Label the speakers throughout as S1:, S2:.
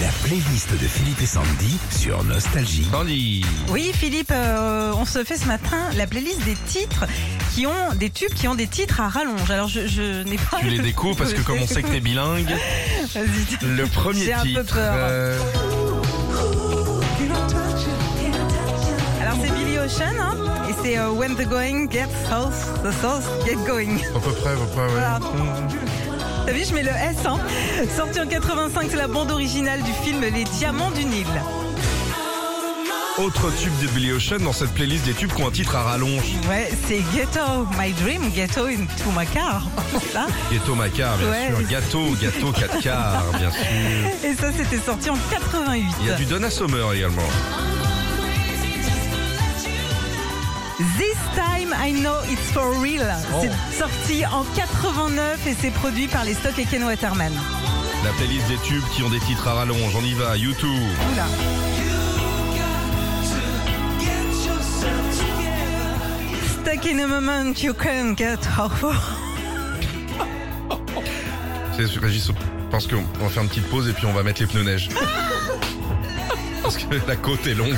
S1: La playlist de Philippe et Sandy sur Nostalgie.
S2: Sandy
S3: Oui, Philippe, euh, on se fait ce matin la playlist des titres qui ont des tubes qui ont des titres à rallonge. Alors je, je n'ai pas.
S2: Tu les découpes parce que comme on sait que t'es bilingue,
S3: Vas-y.
S2: le premier
S3: J'ai un peu
S2: titre...
S3: peur.
S2: euh,
S3: Alors c'est Billy Ocean hein, et c'est euh, When the Going Gets Sauce, the Sauce Get Going.
S2: à peu près, à peu près, ouais.
S3: Voilà. T'as vu, je mets le S. Hein. Sorti en 85, c'est la bande originale du film Les Diamants du Nil.
S2: Autre tube de Billy Ocean dans cette playlist des tubes qui ont un titre à rallonge.
S3: Ouais, c'est Ghetto, My Dream, Ghetto into My Car. Ça.
S2: Ghetto Macar, bien
S3: Ouais.
S2: sûr. Gâteau, gâteau 4 quarts, bien sûr.
S3: Et ça, c'était sorti en 88.
S2: Il y a du Donna Summer également.
S3: This Time I Know It's For Real.
S2: Oh.
S3: C'est sorti en 89 et c'est produit par les Stock et Ken Waterman.
S2: La playlist des tubes qui ont des titres à rallonge. On y va, YouTube.
S3: Oula. Stuck in a moment you can get over.
S2: C'est sûr, Régis, je pense qu'on on va faire une petite pause et puis on va mettre les pneus neige. Parce que la côte est longue.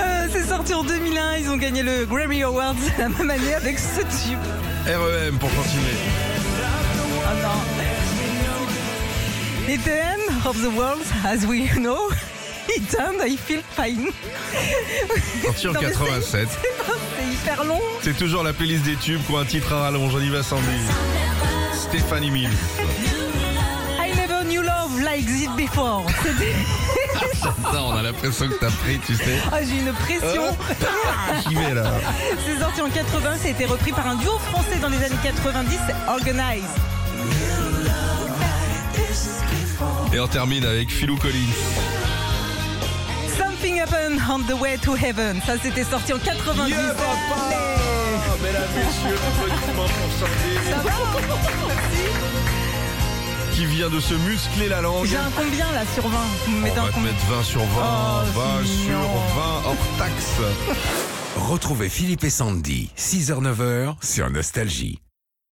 S3: Euh, c'est sorti en 2001, ils ont gagné le Grammy Awards la même année avec ce tube.
S2: REM E pour continuer.
S3: Oh non. It's the end of the world as we know. It and I feel fine.
S2: Sorti en
S3: Non, mais c'est-
S2: 87.
S3: C'est hyper long.
S2: C'est toujours la playlist des tubes pour un titre à rallonge. On y va, Sandy. Stéphanie Mills.
S3: I never knew love like this before.
S2: Ça, on a l'impression que t'as pris, tu sais.
S3: Ah, j'ai une pression.
S2: Ah, J'y vais là.
S3: C'est sorti en 80, ça a été repris par un duo français dans les années 90, Organize.
S2: Et on termine avec Philou Collins.
S3: Something happened on the way to heaven. Ça, c'était sorti en 90.
S2: bah. Mesdames, messieurs, applaudissements pour Sandy.
S3: Ça va
S2: Qui vient de se muscler la langue.
S3: J'ai un combien là sur 20 Vous me
S2: On
S3: mettez
S2: va
S3: un
S2: te
S3: combien
S2: mettre 20 sur 20,
S3: Oh,
S2: 20
S3: c'est
S2: sur 20
S3: mignon.
S2: hors taxe.
S1: Retrouvez Philippe et Sandy, 6h-9h sur Nostalgie.